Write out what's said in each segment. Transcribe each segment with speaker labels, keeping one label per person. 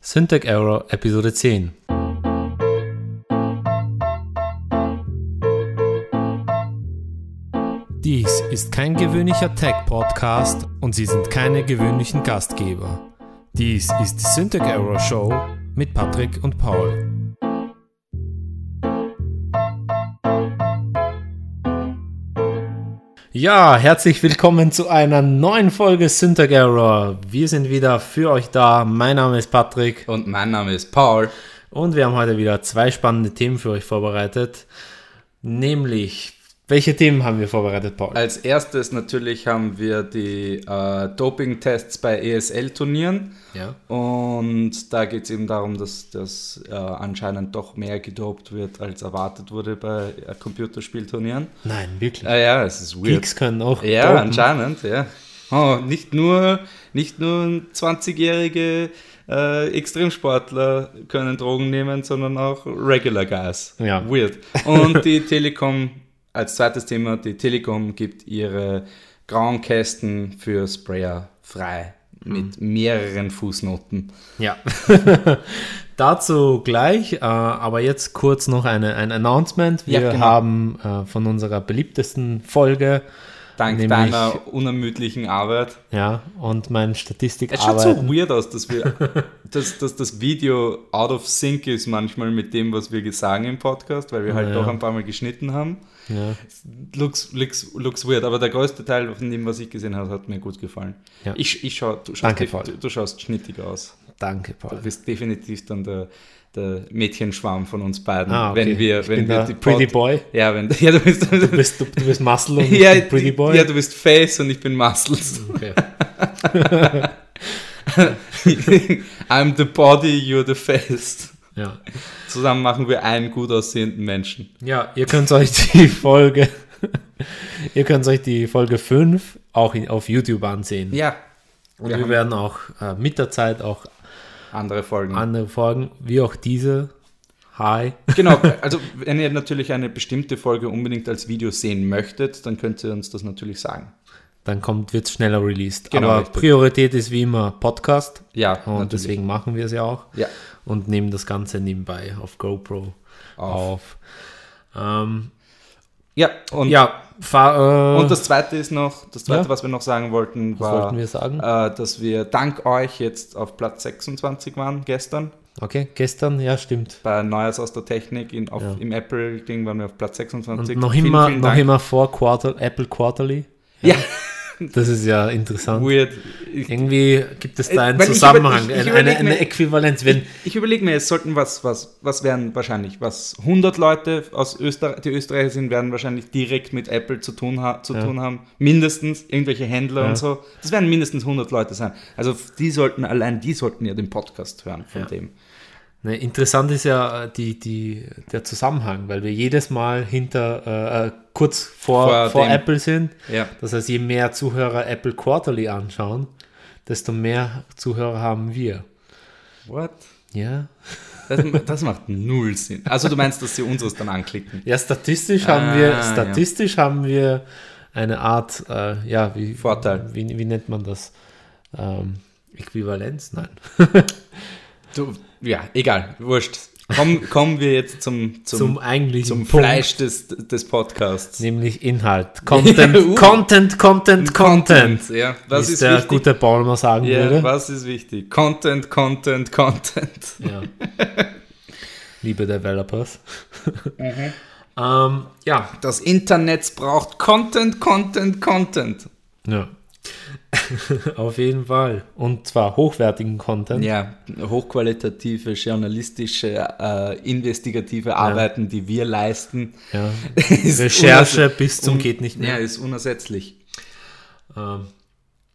Speaker 1: Syntax Error Episode 10.
Speaker 2: Dies ist kein gewöhnlicher Tech-Podcast und Sie sind keine gewöhnlichen Gastgeber. Dies ist die Syntax Error Show mit Patrick und Paul.
Speaker 1: Ja, herzlich willkommen zu einer neuen Folge Syntax Error. Wir sind wieder für euch da. Mein Name ist Patrick
Speaker 3: Und mein Name ist Paul.
Speaker 1: und wir haben heute wieder zwei spannende Themen für euch vorbereitet. Nämlich, welche Themen haben wir vorbereitet, Paul?
Speaker 3: Als erstes natürlich haben wir die äh, Doping-Tests bei ESL-Turnieren.
Speaker 1: Ja.
Speaker 3: Und da geht es eben darum, dass das äh, anscheinend doch mehr gedopt wird, als erwartet wurde bei äh, Computerspielturnieren.
Speaker 1: Nein, wirklich.
Speaker 3: Ah ja, es ist weird.
Speaker 1: Geeks können auch.
Speaker 3: Ja,
Speaker 1: dopen.
Speaker 3: anscheinend, ja. Oh, nicht nur, nicht nur 20-jährige äh, Extremsportler können Drogen nehmen, sondern auch Regular Guys.
Speaker 1: Ja.
Speaker 3: Weird. Und die Telekom, als zweites Thema, die Telekom gibt ihre grauen Kästen für Sprayer frei. Mit
Speaker 1: Mhm.
Speaker 3: mehreren Fußnoten.
Speaker 1: Ja. Dazu gleich, äh, aber jetzt kurz noch eine, ein Announcement. Wir
Speaker 3: Ja, genau.
Speaker 1: haben äh, von unserer beliebtesten Folge,
Speaker 3: Dank
Speaker 1: Nämlich-
Speaker 3: deiner unermüdlichen Arbeit.
Speaker 1: ja, und mein
Speaker 3: Es schaut so
Speaker 1: Statistikarbeiten.
Speaker 3: weird aus, dass, wir, dass, dass das Video out of sync ist manchmal mit dem, was wir sagen im Podcast, weil wir halt
Speaker 1: Ja.
Speaker 3: doch ein paar Mal geschnitten haben.
Speaker 1: Ja.
Speaker 3: Looks, looks, looks weird, aber der größte Teil von dem, was ich gesehen habe, hat mir gut gefallen.
Speaker 1: Ja.
Speaker 3: Ich, ich schau, du, schaust
Speaker 1: Danke,
Speaker 3: def-
Speaker 1: Paul.
Speaker 3: du, du schaust schnittig aus.
Speaker 1: Danke,
Speaker 3: Du
Speaker 1: Paul.
Speaker 3: bist definitiv dann der, der Mädchenschwarm von uns beiden.
Speaker 1: Ah, okay.
Speaker 3: Wenn wir,
Speaker 1: Ich
Speaker 3: wenn
Speaker 1: bin
Speaker 3: wir
Speaker 1: der
Speaker 3: die Pod-
Speaker 1: Pretty Boy.
Speaker 3: Ja, wenn, ja, du bist,
Speaker 1: Du bist, du, du bist Muscle und
Speaker 3: ja,
Speaker 1: ich bin Pretty Boy.
Speaker 3: Ja, du bist Face und ich bin Muscles.
Speaker 1: okay.
Speaker 3: I'm the body, you're the face.
Speaker 1: ja.
Speaker 3: Zusammen machen wir einen gut aussehenden Menschen.
Speaker 1: ja, ihr könnt euch die Folge, ihr könnt euch die Folge 5 auch in, auf YouTube ansehen.
Speaker 3: Ja.
Speaker 1: und
Speaker 3: wir
Speaker 1: wir
Speaker 3: haben-
Speaker 1: werden auch äh, mit der Zeit auch
Speaker 3: Andere Folgen.
Speaker 1: andere Folgen, wie auch diese. Hi.
Speaker 3: genau, also wenn ihr natürlich eine bestimmte Folge unbedingt als Video sehen möchtet, dann könnt ihr uns das natürlich sagen.
Speaker 1: dann kommt, wird es schneller released.
Speaker 3: Genau,
Speaker 1: Aber
Speaker 3: richtig.
Speaker 1: Priorität ist wie immer Podcast.
Speaker 3: Ja,
Speaker 1: Und
Speaker 3: natürlich.
Speaker 1: deswegen machen wir es ja auch.
Speaker 3: Ja.
Speaker 1: Und nehmen das Ganze nebenbei auf GoPro auf. Ähm,
Speaker 3: Ja, und,
Speaker 1: ja, fahr, äh,
Speaker 3: und das zweite ist noch, das zweite,
Speaker 1: Ja.
Speaker 3: was wir noch sagen wollten, war,
Speaker 1: wollten wir sagen?
Speaker 3: Äh, dass wir dank euch jetzt auf Platz 26 waren gestern.
Speaker 1: okay, gestern, ja, stimmt.
Speaker 3: Bei Neues aus der Technik in, auf,
Speaker 1: Ja.
Speaker 3: im Apple-Ding waren wir auf Platz 26.
Speaker 1: Und noch
Speaker 3: Vielen,
Speaker 1: immer,
Speaker 3: vielen
Speaker 1: noch
Speaker 3: Dank.
Speaker 1: immer vor Quarter, Apple Quarterly.
Speaker 3: Ja,
Speaker 1: Das ist ja interessant.
Speaker 3: weird. Ich,
Speaker 1: Irgendwie gibt es da einen
Speaker 3: Äh, Weil ich
Speaker 1: Zusammenhang,
Speaker 3: überleg-
Speaker 1: eine,
Speaker 3: ich
Speaker 1: eine,
Speaker 3: überleg mir-
Speaker 1: eine Äquivalenz. Wenn,
Speaker 3: Ich überlege mir, es sollten was, was, was wären wahrscheinlich, was 100 Leute aus Österreich, die Österreicher sind, werden wahrscheinlich direkt mit Apple zu tun, ha zu tun haben. Mindestens irgendwelche Händler
Speaker 1: Ja.
Speaker 3: und so. Das werden mindestens 100 Leute sein. Also f- die sollten, allein die sollten ja den Podcast hören von
Speaker 1: Ja.
Speaker 3: dem.
Speaker 1: Ne, interessant ist ja äh, die, die, der Zusammenhang, weil wir jedes Mal hinter äh, äh, kurz vor, vor,
Speaker 3: Vor dem-
Speaker 1: Apple sind.
Speaker 3: Ja.
Speaker 1: Das heißt, je mehr Zuhörer Apple Quarterly anschauen, desto mehr Zuhörer haben wir.
Speaker 3: What?
Speaker 1: Ja,
Speaker 3: Das, das macht null Sinn. Also du meinst, dass sie unseres dann anklicken.
Speaker 1: ja statistisch haben
Speaker 3: Ah,
Speaker 1: wir
Speaker 3: ja.
Speaker 1: statistisch haben wir eine Art, äh, ja, wie,
Speaker 3: Vorteil.
Speaker 1: Wie, wie nennt man das? Ähm, Äquivalenz? Nein.
Speaker 3: Du, ja, egal, wurscht. Komm, kommen wir jetzt zum, zum,
Speaker 1: Zum
Speaker 3: zum,
Speaker 1: eigentlichen Punkt,
Speaker 3: Fleisch des, des Podcasts.
Speaker 1: nämlich Inhalt. Content,
Speaker 3: Uh.
Speaker 1: Content, Content, Content.
Speaker 3: Ja, das
Speaker 1: wie es
Speaker 3: ist
Speaker 1: der
Speaker 3: wichtig.
Speaker 1: gute Paul mal sagen
Speaker 3: Ja,
Speaker 1: würde.
Speaker 3: was ist wichtig? Content, Content, Content.
Speaker 1: Ja. Liebe Developers.
Speaker 3: Mhm.
Speaker 1: ähm, ja.
Speaker 3: Das Internet braucht Content, Content, Content.
Speaker 1: ja. Auf jeden Fall. Und zwar hochwertigen Content.
Speaker 3: Ja, hochqualitative, journalistische, äh, investigative Arbeiten, die wir leisten.
Speaker 1: Ja.
Speaker 3: ist
Speaker 1: Recherche
Speaker 3: unerse-
Speaker 1: bis zum
Speaker 3: un-
Speaker 1: geht nicht
Speaker 3: Ja,
Speaker 1: mehr.
Speaker 3: ist unersetzlich.
Speaker 1: Ähm,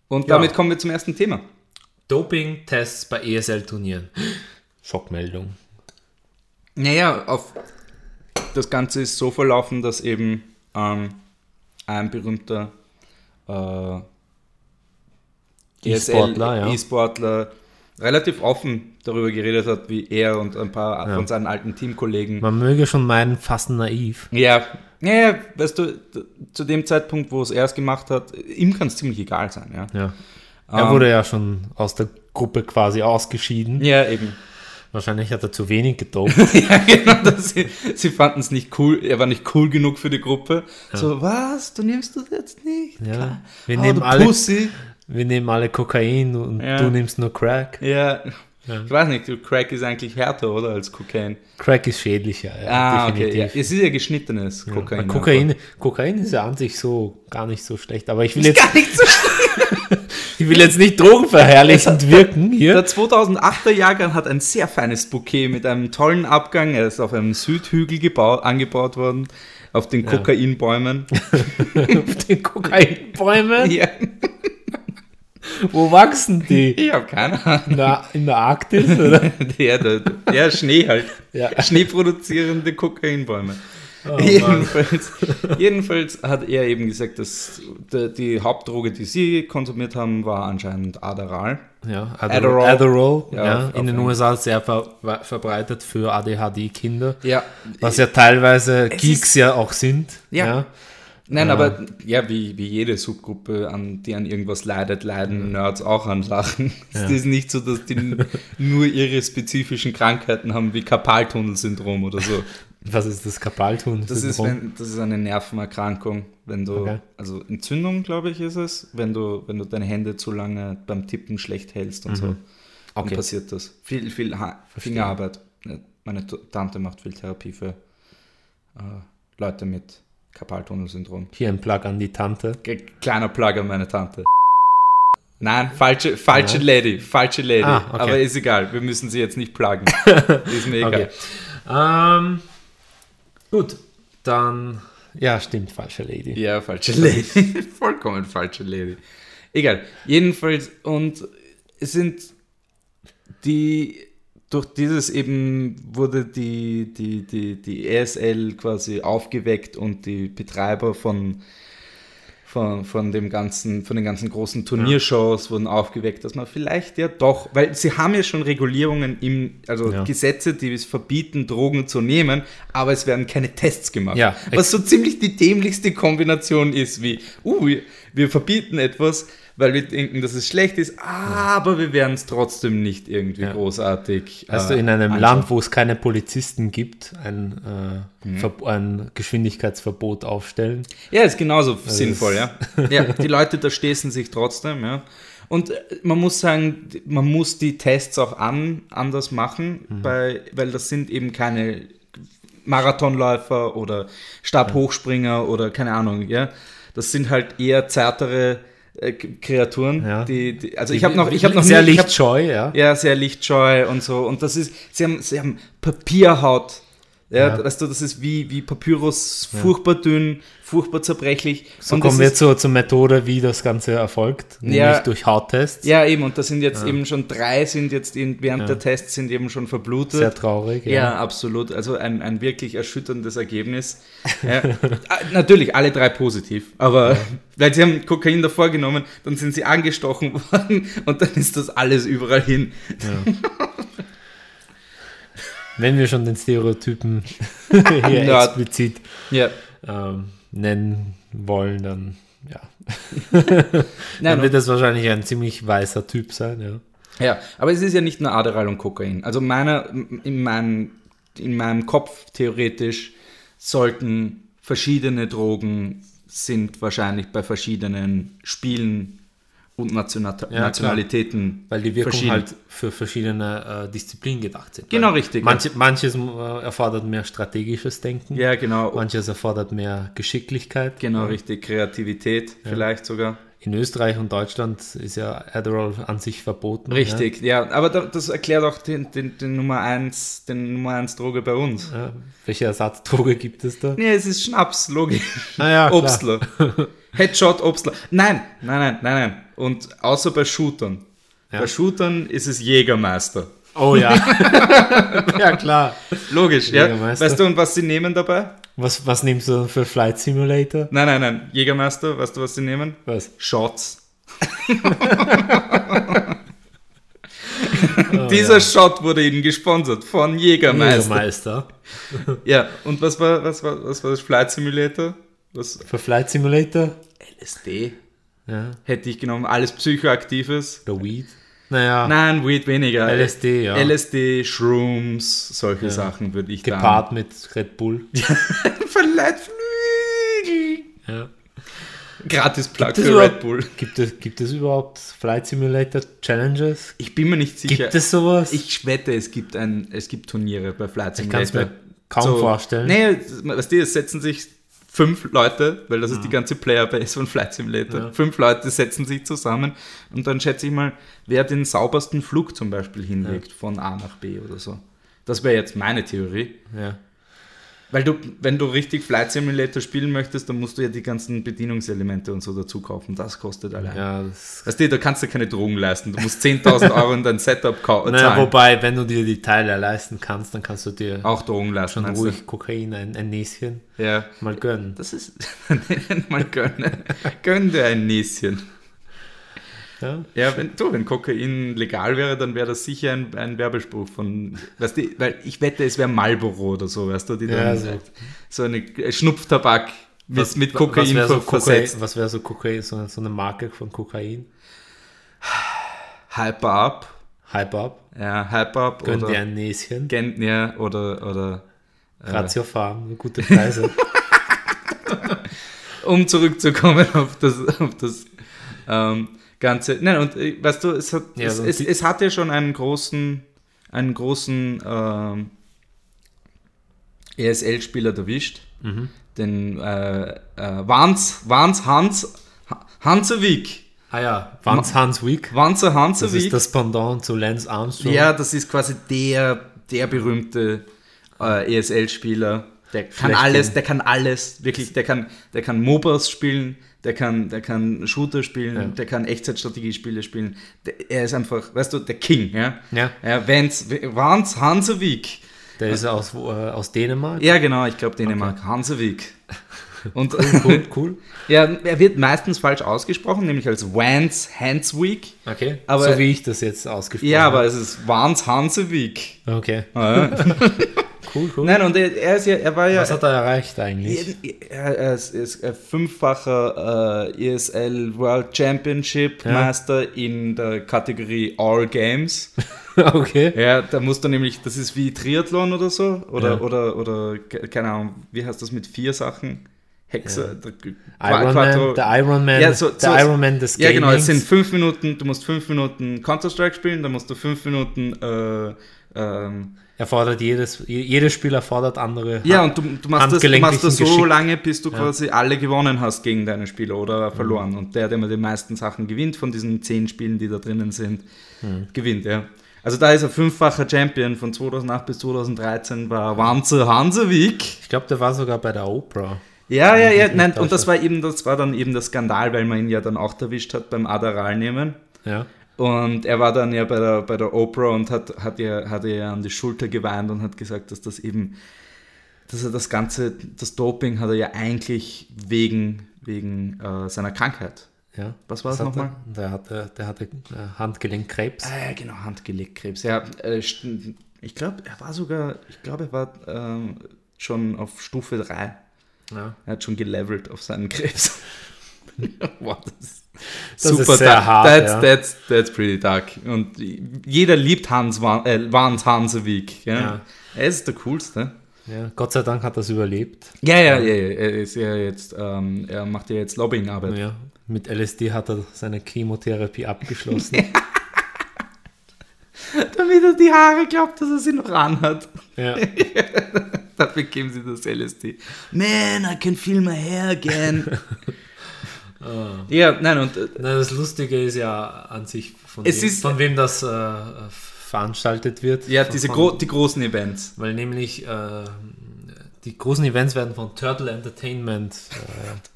Speaker 3: Und
Speaker 1: Ja.
Speaker 3: damit kommen wir zum ersten Thema.
Speaker 1: Doping-Tests bei E ESL-Turnieren. Schockmeldung.
Speaker 3: Naja, auf das Ganze ist so verlaufen, dass eben ähm, ein berühmter äh, ESL
Speaker 1: E-Sportler, ja.
Speaker 3: E-Sportler relativ offen darüber geredet hat, wie er und ein paar
Speaker 1: Ja.
Speaker 3: von seinen alten Teamkollegen.
Speaker 1: Man möge schon meinen, fast naiv.
Speaker 3: Ja, ja, ja, weißt du, d- zu dem Zeitpunkt, wo es er es gemacht hat, ihm kann es ziemlich egal sein, ja.
Speaker 1: Ja. Er
Speaker 3: Ähm,
Speaker 1: wurde ja schon aus der Gruppe quasi ausgeschieden.
Speaker 3: Ja, eben.
Speaker 1: Wahrscheinlich hat er zu wenig gedopt.
Speaker 3: ja, genau, dass sie, sie fanden es nicht cool, er war nicht cool genug für die Gruppe. So, was, du nimmst das jetzt nicht?
Speaker 1: ja.
Speaker 3: Klar.
Speaker 1: wir,
Speaker 3: Ah,
Speaker 1: nehmen
Speaker 3: du
Speaker 1: alle,
Speaker 3: Pussy.
Speaker 1: wir nehmen alle Kokain und
Speaker 3: Ja.
Speaker 1: du nimmst nur Crack.
Speaker 3: Ja. ich weiß nicht, du, Crack ist eigentlich härter, oder, als Kokain.
Speaker 1: Crack ist schädlicher, ja,
Speaker 3: Ah, okay, ja.
Speaker 1: definitiv.
Speaker 3: Es ist ja geschnittenes
Speaker 1: Ja.
Speaker 3: Kokain.
Speaker 1: Weil Kokain, Kokain ist ja an sich so gar nicht so schlecht, aber ich will
Speaker 3: Ist
Speaker 1: jetzt,
Speaker 3: gar nicht so schlimm.
Speaker 1: ich will jetzt nicht drogenverherrlichend wirken hier.
Speaker 3: Der 2008er Jahrgang hat ein sehr feines Bouquet mit einem tollen Abgang. Er ist auf einem Südhügel gebaut, angebaut worden, auf den Kokainbäumen.
Speaker 1: Auf den Kokainbäumen,
Speaker 3: Ja.
Speaker 1: wo wachsen die?
Speaker 3: Ich habe keine Ahnung.
Speaker 1: In der, in der Arktis, oder?
Speaker 3: Ja, der, der, ja, Schnee halt.
Speaker 1: Ja.
Speaker 3: Schnee produzierende Kokainbäume.
Speaker 1: Mann.
Speaker 3: jedenfalls, jedenfalls hat er eben gesagt, dass die, die Hauptdroge, die sie konsumiert haben, war anscheinend Adderall.
Speaker 1: Ja, Adderall,
Speaker 3: Adderall.
Speaker 1: Adderall ja,
Speaker 3: Ja, auf- auf
Speaker 1: in den
Speaker 3: Englisch.
Speaker 1: USA sehr ver verbreitet für ADHD-Kinder,
Speaker 3: Ja.
Speaker 1: was ja teilweise
Speaker 3: ist-
Speaker 1: Geeks ja auch sind.
Speaker 3: Ja.
Speaker 1: Ja.
Speaker 3: Nein, aber ja, wie, wie jede Subgruppe, an, die an irgendwas leidet, leiden Nerds auch an Sachen. Es ist nicht so, dass die n- nur ihre spezifischen Krankheiten haben, wie Karpaltunnelsyndrom oder so.
Speaker 1: Was ist das Kapaltun?
Speaker 3: Das ist, wenn, das ist eine Nervenerkrankung, wenn du,
Speaker 1: Okay.
Speaker 3: also Entzündung, glaube ich, ist es, wenn du, wenn du deine Hände zu lange beim Tippen schlecht hältst und so. Dann
Speaker 1: Mhm. Okay.
Speaker 3: passiert das. Viel, viel ha Fingerarbeit. Meine T- Tante macht viel Therapie für äh, Leute mit Karpaltunnelsyndrom.
Speaker 1: Hier ein Plug an die Tante.
Speaker 3: Ge- Kleiner Plug an meine Tante. Nein, falsche, falsche Lady, falsche Lady.
Speaker 1: Ah, okay.
Speaker 3: Aber ist egal, wir müssen sie jetzt nicht pluggen. ist mir egal.
Speaker 1: Okay. Ähm, gut, dann. Ja, stimmt, falsche Lady.
Speaker 3: Ja, falsche Lady. Vollkommen falsche Lady. Egal. Jedenfalls, und es sind die, durch dieses eben wurde die, die, die, die ESL quasi aufgeweckt und die Betreiber von, von, von dem ganzen, von den ganzen großen Turniershows wurden aufgeweckt, dass man vielleicht ja doch, weil sie haben ja schon Regulierungen im, also
Speaker 1: Ja.
Speaker 3: Gesetze, die es verbieten, Drogen zu nehmen, aber es werden keine Tests gemacht.
Speaker 1: Ja,
Speaker 3: was so ziemlich die dämlichste Kombination ist, wie, uh, wir, wir verbieten etwas, weil wir denken, dass es schlecht ist, aber wir werden es trotzdem nicht irgendwie
Speaker 1: Ja.
Speaker 3: großartig. äh,
Speaker 1: Also in einem Land, wo es keine Polizisten gibt, ein, äh,
Speaker 3: Mhm.
Speaker 1: Verb- ein Geschwindigkeitsverbot aufstellen.
Speaker 3: Ja, ist genauso sinnvoll, ja. Ja, die Leute da stehsen sich trotzdem, ja. Und äh, man muss sagen, d- man muss die Tests auch an, anders machen,
Speaker 1: Mhm.
Speaker 3: bei, weil das sind eben keine Marathonläufer oder Stabhochspringer oder keine Ahnung, ja. Das sind halt eher zärtere äh, K- Kreaturen,
Speaker 1: Ja.
Speaker 3: die, die also ich habe noch ich habe noch
Speaker 1: sehr
Speaker 3: nie- ich hab-
Speaker 1: lichtscheu, ja.
Speaker 3: ja, sehr lichtscheu und so. Und das ist, sie haben, sie haben Papierhaut. Ja,
Speaker 1: Ja.
Speaker 3: Weißt du, das ist wie, wie Papyrus, furchtbar dünn, furchtbar zerbrechlich.
Speaker 1: So
Speaker 3: und das
Speaker 1: kommen wir
Speaker 3: ist,
Speaker 1: zur, zur Methode, wie das Ganze erfolgt, nämlich
Speaker 3: Ja.
Speaker 1: durch Hauttests.
Speaker 3: Ja, eben, und das sind jetzt eben schon drei, sind jetzt in, während der Tests sind eben schon verblutet.
Speaker 1: Sehr traurig.
Speaker 3: ja. absolut. Also ein, ein wirklich erschütterndes Ergebnis. Ja. Ah, Natürlich, alle drei positiv, aber weil sie haben Kokain davor genommen, dann sind sie angestochen worden und dann ist das alles überall hin.
Speaker 1: Wenn wir schon den Stereotypen hier
Speaker 3: Ja.
Speaker 1: explizit
Speaker 3: Ja.
Speaker 1: ähm, nennen wollen, dann, ja.
Speaker 3: Nein,
Speaker 1: dann wird das wahrscheinlich ein ziemlich weißer Typ sein. Ja.
Speaker 3: Ja, aber es ist ja nicht nur Adderall und Kokain. Also meiner, in, meinem, in meinem Kopf theoretisch sollten verschiedene Drogen sind wahrscheinlich bei verschiedenen Spielen und Nationat
Speaker 1: klar.
Speaker 3: Nationalitäten.
Speaker 1: Weil die Wirkung
Speaker 3: verschieden.
Speaker 1: halt für verschiedene äh, Disziplinen gedacht sind.
Speaker 3: Genau,
Speaker 1: Weil
Speaker 3: richtig,
Speaker 1: Manche, Manches äh, erfordert mehr strategisches Denken,
Speaker 3: Ja, genau.
Speaker 1: manches erfordert mehr Geschicklichkeit.
Speaker 3: genau, richtig. Kreativität vielleicht sogar.
Speaker 1: In Österreich und Deutschland ist ja Adderall an sich verboten.
Speaker 3: Richtig, ja. Aber da, das erklärt auch den, den, den Nummer 1, den Nummer 1 Droge bei uns.
Speaker 1: Ja. Ja. Welche Ersatzdroge gibt es da?
Speaker 3: Nee, es ist Schnaps, logisch.
Speaker 1: Naja,
Speaker 3: Obstler. Headshot Obstler. Nein, nein, nein, nein, nein. Und außer bei Shootern. Bei Shootern ist es Jägermeister.
Speaker 1: Oh ja. ja, klar.
Speaker 3: Logisch, ja.
Speaker 1: Jägermeister.
Speaker 3: Weißt du, und was sie nehmen dabei?
Speaker 1: Was, was nimmst du für Flight Simulator?
Speaker 3: Nein, nein, nein. Jägermeister, weißt du, was sie nehmen?
Speaker 1: Was?
Speaker 3: Shots. Dieser Shot wurde ihnen gesponsert von Jägermeister.
Speaker 1: Meister.
Speaker 3: Ja, und was war, was war, was war das Flight Simulator? Was?
Speaker 1: Für Flight Simulator?
Speaker 3: LSD.
Speaker 1: Ja.
Speaker 3: Hätte ich genommen, alles Psychoaktives.
Speaker 1: Oder Weed? Naja,
Speaker 3: Nein, Weed weniger.
Speaker 1: LSD, ja.
Speaker 3: LSD, Shrooms, solche Sachen würde ich
Speaker 1: Gepaart mit Red Bull.
Speaker 3: dann... Verleiht Flügel.
Speaker 1: Ja.
Speaker 3: Gratis Plug
Speaker 1: Gibt es
Speaker 3: für
Speaker 1: überhaupt-
Speaker 3: Red Bull.
Speaker 1: Gibt es, gibt es überhaupt Flight Simulator Challenges?
Speaker 3: Ich bin mir nicht sicher.
Speaker 1: Gibt es sowas?
Speaker 3: Ich wette, es gibt, ein, es gibt Turniere bei Flight Simulator.
Speaker 1: kann's mir kaum vorstellen.
Speaker 3: Nee, das- weißt du, es setzen sich fünf Leute, weil das ist
Speaker 1: Ah.
Speaker 3: die ganze Playerbase von Flight Simulator. Fünf Leute setzen sich zusammen und dann schätze ich mal, wer den saubersten Flug zum Beispiel hinlegt von A nach B oder so. Das wäre jetzt meine Theorie.
Speaker 1: ja.
Speaker 3: Weil du, wenn du richtig Flight Simulator spielen möchtest, dann musst du ja die ganzen Bedienungselemente und so dazu kaufen. Das kostet allein.
Speaker 1: ja, das
Speaker 3: Weißt du, da kannst du keine Drogen leisten. Du musst 10.000 Euro in dein Setup kaufen.
Speaker 1: naja, wobei, wenn du dir die Teile leisten kannst, dann kannst du dir
Speaker 3: Auch Drogen leisten.
Speaker 1: schon
Speaker 3: meinst
Speaker 1: ruhig Kokain, ein, ein Näschen
Speaker 3: Du? Ja.
Speaker 1: mal gönnen.
Speaker 3: Das ist. mal gönnen. Gönn dir ein Näschen.
Speaker 1: Ja?
Speaker 3: Ja, wenn, du, wenn Kokain legal wäre, dann wäre das sicher ein, ein Werbespruch von. Weißt du, weil ich wette, es wäre Marlboro oder so, weißt du, die
Speaker 1: Ja,
Speaker 3: dann
Speaker 1: so.
Speaker 3: so eine äh, Schnupftabak mit, mit
Speaker 1: was
Speaker 3: Kokain
Speaker 1: wäre so
Speaker 3: versetzt.
Speaker 1: Kokain, was wäre so Kokain, so, so eine Marke von Kokain?
Speaker 3: Hyper Up.
Speaker 1: Hype up,
Speaker 3: Ja, Hyper Up
Speaker 1: gönn dir
Speaker 3: oder
Speaker 1: ein Näschen,
Speaker 3: Gent, ja, oder, oder
Speaker 1: Ratio Farm, gute Preise.
Speaker 3: um zurückzukommen auf das, auf das ähm, Ganze. Nein, und äh, weißt du, es hat,
Speaker 1: Ja,
Speaker 3: es,
Speaker 1: so
Speaker 3: es,
Speaker 1: die-
Speaker 3: es hat ja schon einen großen, einen großen ähm, ESL-Spieler erwischt.
Speaker 1: Mhm.
Speaker 3: Den äh, äh, Wanz, Wanz Hans, Ha- Hansewig.
Speaker 1: ah ja, Vans Hans Week.
Speaker 3: Wanzer
Speaker 1: Das ist
Speaker 3: Hansewig.
Speaker 1: das Pendant zu Lance Armstrong.
Speaker 3: ja, das ist quasi der, der berühmte äh, ESL-Spieler. Der kann
Speaker 1: Schlechthin.
Speaker 3: alles, der kann alles, wirklich, der kann, der kann MOBAs spielen, der kann, der kann Shooter spielen, der kann Echtzeitstrategiespiele spielen. Der, er ist einfach, weißt du, der King, ja?
Speaker 1: Ja.
Speaker 3: ja wenn's, wann's Hansewig.
Speaker 1: Der ist aus, wo- äh, aus Dänemark.
Speaker 3: Ja, genau, ich glaube Dänemark, Hansewig. Und
Speaker 1: Cool, cool.
Speaker 3: ja, er wird meistens falsch ausgesprochen, nämlich als Wanz Hansewig.
Speaker 1: Okay,
Speaker 3: Aber-
Speaker 1: so wie ich das jetzt ausgesprochen
Speaker 3: Ja,
Speaker 1: habe.
Speaker 3: aber Ah. es ist Wanz Hansewig.
Speaker 1: Ja, aber... Okay,
Speaker 3: Ja.
Speaker 1: cool, cool.
Speaker 3: Nein, und er, er ist ja, er war ja. also
Speaker 1: Was hat er erreicht eigentlich?
Speaker 3: Er, er ist, er ist ein fünffacher äh, ESL World Championship Meister in der Kategorie All Games.
Speaker 1: okay.
Speaker 3: ja, da musst du nämlich, das ist wie Triathlon oder so, oder,
Speaker 1: Ja.
Speaker 3: oder, oder, ke- keine Ahnung, wie heißt das mit vier Sachen? Hexe, der Qu-
Speaker 1: Iron Man,
Speaker 3: Quattro-
Speaker 1: der Iron Man,
Speaker 3: Ja, so- so-
Speaker 1: der Iron Man des
Speaker 3: ja,
Speaker 1: Gamings.
Speaker 3: genau, es sind fünf Minuten, du musst fünf Minuten Counter-Strike spielen, dann musst du fünf Minuten, äh, ähm,
Speaker 1: Erfordert jedes, je- jedes Spiel erfordert andere.
Speaker 3: Ja, und du, du machst das, du machst das
Speaker 1: handgelenklichen
Speaker 3: so
Speaker 1: Geschick.
Speaker 3: lange, bis du quasi alle gewonnen hast gegen deine Spieler oder verloren. Und der, der mal die meisten Sachen gewinnt von diesen zehn Spielen, die da drinnen sind, gewinnt, ja. Also da ist er fünffacher Champion von 2008 bis 2013 war Wanze Hansewig.
Speaker 1: Ich glaube, der war sogar bei der Oprah.
Speaker 3: Ja, ja, ja, nein,
Speaker 1: täusche.
Speaker 3: und das war eben, das war dann eben der Skandal, weil man ihn ja dann auch erwischt hat beim Adaral nehmen.
Speaker 1: Ja.
Speaker 3: Und er war dann ja bei der, bei der Oprah und hat, hat, ihr, hat ihr an die Schulter geweint und hat gesagt, dass das eben, dass er das Ganze, das Doping hat er ja eigentlich wegen, wegen äh, seiner Krankheit.
Speaker 1: ja.
Speaker 3: Was war das
Speaker 1: hat
Speaker 3: nochmal?
Speaker 1: er? Der hatte, der hatte äh, Handgelenkkrebs.
Speaker 3: Ah, ja, genau, Handgelenkkrebs. Ja, äh, st- ich glaube, er war sogar, ich glaube, er war ähm, schon auf Stufe 3.
Speaker 1: Ja.
Speaker 3: Er hat schon gelevelt auf seinen Krebs. wow, das,
Speaker 1: Das ist sehr hart,
Speaker 3: That's,
Speaker 1: ja.
Speaker 3: that's, that's pretty dark. Und jeder liebt Hans Wan, äh, Hans Hansewig. Ja?
Speaker 1: Ja.
Speaker 3: Er ist der coolste.
Speaker 1: Ja. Gott sei Dank hat das überlebt.
Speaker 3: Ja, ja, ja, ja. Er, ist ja jetzt, ähm, er macht ja jetzt Lobbyingarbeit.
Speaker 1: Ja. Mit LSD hat er seine Chemotherapie abgeschlossen.
Speaker 3: Damit er die Haare glaubt, dass er sie noch anhat.
Speaker 1: ja.
Speaker 3: Dafür geben sie das LSD. Man, I can feel my hair again. Ja, nein, und äh,
Speaker 1: Na, das Lustige ist ja an sich, von,
Speaker 3: Es
Speaker 1: wem,
Speaker 3: ist-
Speaker 1: von wem das äh, veranstaltet wird.
Speaker 3: ja,
Speaker 1: von,
Speaker 3: diese
Speaker 1: von-
Speaker 3: gro die großen Events.
Speaker 1: Weil nämlich äh, die großen Events werden von Turtle Entertainment,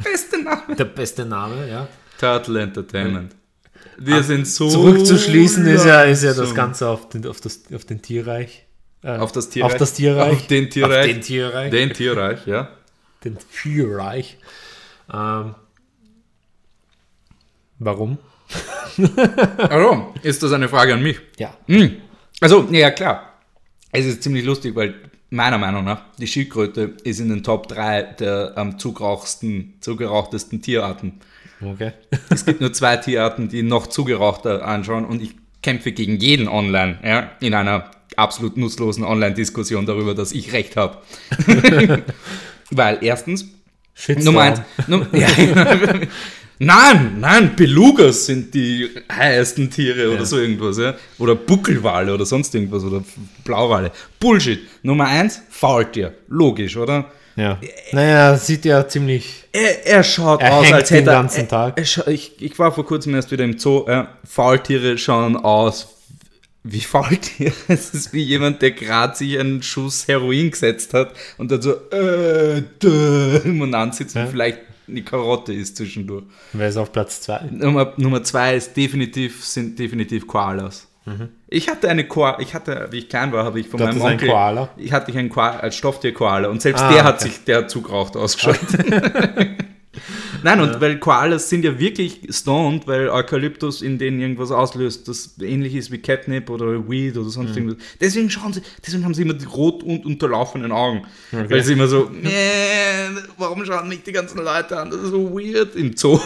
Speaker 3: Beste Name.
Speaker 1: äh, der beste Name, ja.
Speaker 3: Turtle Entertainment. Wir sind so. Oh,
Speaker 1: Zurückzuschließen ist ja, ist ja das
Speaker 3: langsam.
Speaker 1: Ganze auf den, auf das, auf den Tierreich. Äh,
Speaker 3: Auf das Tierreich.
Speaker 1: Auf das Tierreich.
Speaker 3: Auf den Tierreich.
Speaker 1: Auf den Tierreich. Den,
Speaker 3: Den Tierreich, ja.
Speaker 1: Tierreich. Ähm, warum?
Speaker 3: Warum? Ist das eine Frage an mich?
Speaker 1: Ja.
Speaker 3: Hm. Also, ja, klar. Es ist ziemlich lustig, weil meiner Meinung nach die Schildkröte ist in den Top 3 der am zugerauchsten, zugerauchtesten Tierarten.
Speaker 1: Okay.
Speaker 3: Es gibt nur zwei Tierarten, die noch zugerauchter anschauen und ich kämpfe gegen jeden online, ja, in einer absolut nutzlosen Online-Diskussion darüber, dass ich recht habe. Weil erstens,
Speaker 1: Shitstorm.
Speaker 3: Nummer eins. Num ja, nein, nein, Belugas sind die heißesten Tiere oder so irgendwas. Ja? Oder Buckelwale oder sonst irgendwas oder Blauwale. Bullshit. Nummer eins, Faultier. Logisch, oder?
Speaker 1: Ja. Naja, sieht ja ziemlich.
Speaker 3: Er, er schaut
Speaker 1: Er
Speaker 3: aus,
Speaker 1: hängt
Speaker 3: als
Speaker 1: den
Speaker 3: hätte er-
Speaker 1: ganzen
Speaker 3: er,
Speaker 1: Tag.
Speaker 3: Er, scha- ich, ich war vor kurzem erst wieder im Zoo. Äh, Faultiere schauen aus wie Faultiere. Es ist wie jemand, der gerade sich einen Schuss Heroin gesetzt hat und dann so äh, dö, im Mund ansitzt
Speaker 1: Ja.
Speaker 3: und vielleicht eine Karotte ist zwischendurch.
Speaker 1: Wer ist auf Platz 2?
Speaker 3: Nummer, Nummer zwei ist definitiv, sind definitiv Koalas. Ich hatte eine Koala, ich hatte, wie ich klein war, habe ich von
Speaker 1: Mhm. Du
Speaker 3: meinem
Speaker 1: hattest einen
Speaker 3: Onkel,
Speaker 1: Koala?
Speaker 3: ich hatte einen Koala, als Stofftier-Koala und selbst
Speaker 1: Ah,
Speaker 3: der hat
Speaker 1: okay.
Speaker 3: sich, der hat zugeraucht ausgeschaut. Nein, und weil Koalas sind ja wirklich stoned, weil Eukalyptus in denen irgendwas auslöst, das ähnlich ist wie Catnip oder Weed oder sonst
Speaker 1: Mhm.
Speaker 3: irgendwas. Deswegen schauen sie, deswegen haben sie immer die rot und unterlaufenen Augen. Weil sie immer so, "Nee, warum schauen mich die ganzen Leute an? Das ist so weird im Zoo.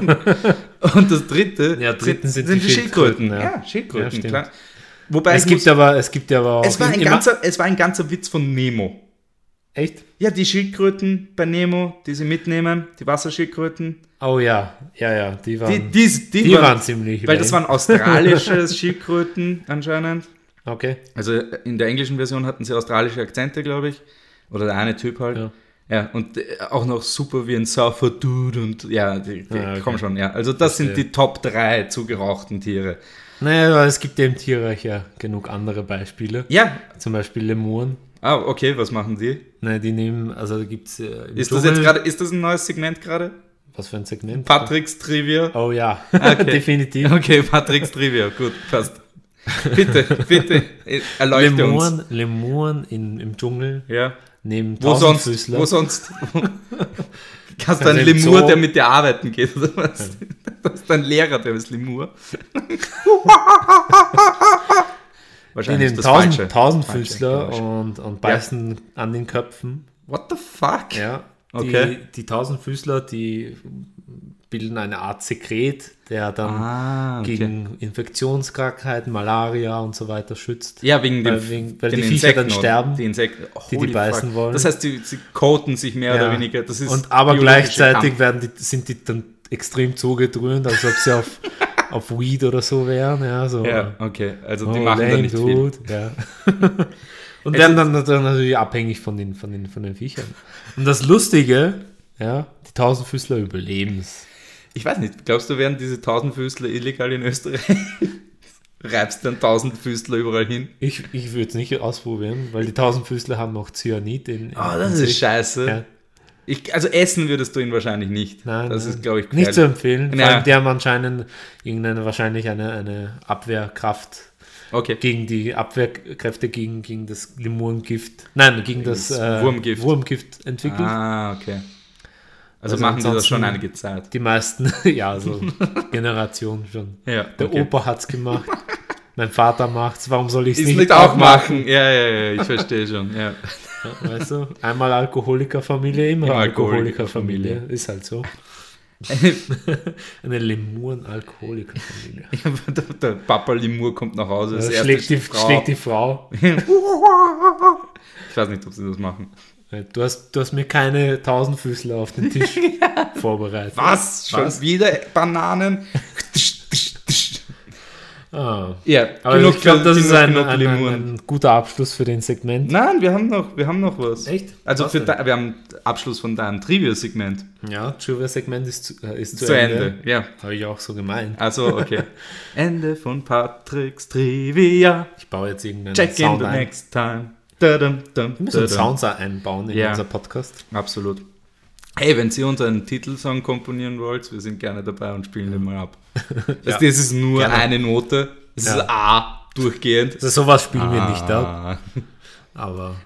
Speaker 3: und das dritte,
Speaker 1: Ja, drittens sind die Schildkröten, ja.
Speaker 3: Ja, Schildkröten,
Speaker 1: Ja, stimmt.
Speaker 3: klar. Wobei
Speaker 1: Es
Speaker 3: ich
Speaker 1: gibt,
Speaker 3: muss,
Speaker 1: aber, es gibt aber auch.
Speaker 3: es, war ein
Speaker 1: immer-
Speaker 3: ganzer, es war ein ganzer Witz von Nemo.
Speaker 1: Echt?
Speaker 3: Ja, die Schildkröten bei Nemo, die sie mitnehmen, die Wasserschildkröten,
Speaker 1: Oh ja, ja, ja. Die
Speaker 3: die,
Speaker 1: waren.
Speaker 3: die, die,
Speaker 1: Die waren ziemlich
Speaker 3: Weil das
Speaker 1: lame.
Speaker 3: waren australische Schildkröten anscheinend.
Speaker 1: okay.
Speaker 3: Also in der englischen Version hatten sie australische Akzente, glaube ich. Oder der eine Typ halt.
Speaker 1: Ja.
Speaker 3: Ja. und äh, auch noch super wie ein Surfer-Dude und ja, die, die,
Speaker 1: Ah, okay.
Speaker 3: komm schon, ja. Also das sind
Speaker 1: Verstehe.
Speaker 3: die Top 3 zugerauchten Tiere.
Speaker 1: Naja, aber es gibt ja im Tierreich ja genug andere Beispiele.
Speaker 3: Ja,
Speaker 1: Zum Beispiel Lemuren.
Speaker 3: ah, okay, was machen die?
Speaker 1: Ne, die nehmen, also da gibt es. Äh, im
Speaker 3: Ist das
Speaker 1: Dschungel-
Speaker 3: jetzt gerade, ist das ein neues Segment gerade?
Speaker 1: Was für ein Segment?
Speaker 3: Patricks Trivia?
Speaker 1: Oh ja,
Speaker 3: Ah,
Speaker 1: definitiv.
Speaker 3: Okay, Patricks Trivia, gut, passt. Bitte, bitte, äh, erleuchte uns.
Speaker 1: Lemuren, Lemuren in, im Dschungel
Speaker 3: Ja.
Speaker 1: nehmen
Speaker 3: Wo sonst?
Speaker 1: Tausendfüßler.
Speaker 3: Wo sonst? Hast du
Speaker 1: Also
Speaker 3: einen
Speaker 1: im
Speaker 3: Lemur,
Speaker 1: Zoo.
Speaker 3: der mit dir arbeiten geht, oder was? Das ist dein Lehrer, der ist Lemur.
Speaker 1: die nehmen
Speaker 3: Wahrscheinlich ist das
Speaker 1: Tausend,
Speaker 3: Falsche.
Speaker 1: Tausendfüßler
Speaker 3: Falsche.
Speaker 1: und, und beißen an den Köpfen.
Speaker 3: What the fuck?
Speaker 1: Ja. Die,
Speaker 3: Okay.
Speaker 1: die Tausendfüßler, die bilden eine Art Sekret, der dann
Speaker 3: Ah, okay.
Speaker 1: gegen Infektionskrankheiten, Malaria und so weiter schützt.
Speaker 3: Ja, wegen dem
Speaker 1: Weil wegen- weil
Speaker 3: den
Speaker 1: die Viecher dann
Speaker 3: Insekten,
Speaker 1: sterben,
Speaker 3: Die Insekten,
Speaker 1: die
Speaker 3: Holy
Speaker 1: beißen wollen.
Speaker 3: Das heißt, sie, sie coaten sich mehr
Speaker 1: Ja.
Speaker 3: oder weniger. Das ist
Speaker 1: und aber
Speaker 3: biologischer
Speaker 1: gleichzeitig
Speaker 3: Kampf.
Speaker 1: werden die, sind die dann extrem zugedröhnt, als ob sie auf, auf Weed oder so wären. Ja, so.
Speaker 3: Ja, okay. Also die
Speaker 1: Oh,
Speaker 3: machen da
Speaker 1: lame,
Speaker 3: nicht viel.
Speaker 1: dude. Ja. Und werden dann, dann natürlich abhängig von den, von, den, von den Viechern. Und das Lustige, ja, die Tausendfüßler überleben es.
Speaker 3: Ich weiß nicht, glaubst du, werden diese Tausendfüßler illegal in Österreich? Reibst dann Tausendfüßler überall hin?
Speaker 1: Ich, ich würde es nicht ausprobieren, weil die Tausendfüßler haben auch Cyanid in. in
Speaker 3: Oh, das ist scheiße.
Speaker 1: Ah, Ja.
Speaker 3: Ich, also essen würdest du ihn wahrscheinlich nicht.
Speaker 1: Nein,
Speaker 3: das
Speaker 1: nein.
Speaker 3: ist, glaube ich,
Speaker 1: nicht zu
Speaker 3: gefährlich.
Speaker 1: empfehlen. Vor
Speaker 3: Ja.
Speaker 1: allem, die haben anscheinend irgendeine, wahrscheinlich eine, eine Abwehrkraft
Speaker 3: Okay.
Speaker 1: gegen die Abwehrkräfte gegen, gegen das Limorengift. Nein, gegen das,
Speaker 3: Das
Speaker 1: äh,
Speaker 3: Wurmgift.
Speaker 1: Wurmgift entwickelt.
Speaker 3: Ah, okay. Also,
Speaker 1: Also
Speaker 3: machen die das
Speaker 1: ansonsten-
Speaker 3: schon einige Zeit.
Speaker 1: Die meisten, ja, so Generationen schon.
Speaker 3: Ja,
Speaker 1: Der
Speaker 3: okay.
Speaker 1: Opa hat's gemacht. mein Vater macht's. Warum soll ich es
Speaker 3: Ist
Speaker 1: nicht,
Speaker 3: nicht
Speaker 1: auch
Speaker 3: auch
Speaker 1: machen?
Speaker 3: machen. Ja, ja, ja, ich verstehe schon. Ja.
Speaker 1: Weißt du? Einmal Alkoholikerfamilie, immer
Speaker 3: Immer
Speaker 1: Alkoholikerfamilie.
Speaker 3: Alkoholikerfamilie.
Speaker 1: Ist halt so. Eine Lemuren-Alkoholikerfamilie.
Speaker 3: Der, der Papa Limur kommt nach Hause.
Speaker 1: Da
Speaker 3: Das erste
Speaker 1: schlägt die,
Speaker 3: Frau.
Speaker 1: schlägt die Frau.
Speaker 3: Ich weiß nicht, ob sie das machen.
Speaker 1: Du hast, du hast mir keine Tausendfüßler auf den Tisch vorbereitet.
Speaker 3: Was? Schon wieder Bananen?
Speaker 1: Ah.
Speaker 3: ja,
Speaker 1: Aber ich glaube, das ist
Speaker 3: genug-
Speaker 1: ein,
Speaker 3: genug
Speaker 1: ein, ein,
Speaker 3: Limuren.
Speaker 1: ein guter Abschluss für den Segment.
Speaker 3: Nein, wir haben noch, wir haben noch was.
Speaker 1: Echt?
Speaker 3: Also
Speaker 1: Was
Speaker 3: für
Speaker 1: denn?
Speaker 3: da, wir haben Abschluss von deinem Trivia-Segment.
Speaker 1: Ja, Trivia-Segment ist, zu- äh, ist zu,
Speaker 3: Zu
Speaker 1: Ende.
Speaker 3: Ende. Ja.
Speaker 1: Habe ich auch so gemeint.
Speaker 3: Also, okay. Ende von Patricks Trivia.
Speaker 1: Ich baue jetzt irgendeinen
Speaker 3: Check in
Speaker 1: Sound
Speaker 3: the
Speaker 1: ein.
Speaker 3: next time. Da -dum -dum,
Speaker 1: Wir müssen
Speaker 3: da -dum.
Speaker 1: Sounds einbauen in
Speaker 3: Ja.
Speaker 1: unser Podcast.
Speaker 3: Absolut. Hey, wenn Sie uns einen Titelsong komponieren wollt, wir sind gerne dabei und spielen den mal ab. Das ist nur
Speaker 1: gerne.
Speaker 3: eine Note. Das
Speaker 1: Ja.
Speaker 3: ist A durchgehend.
Speaker 1: Also sowas spielen wir nicht ab,
Speaker 3: Ah.
Speaker 1: aber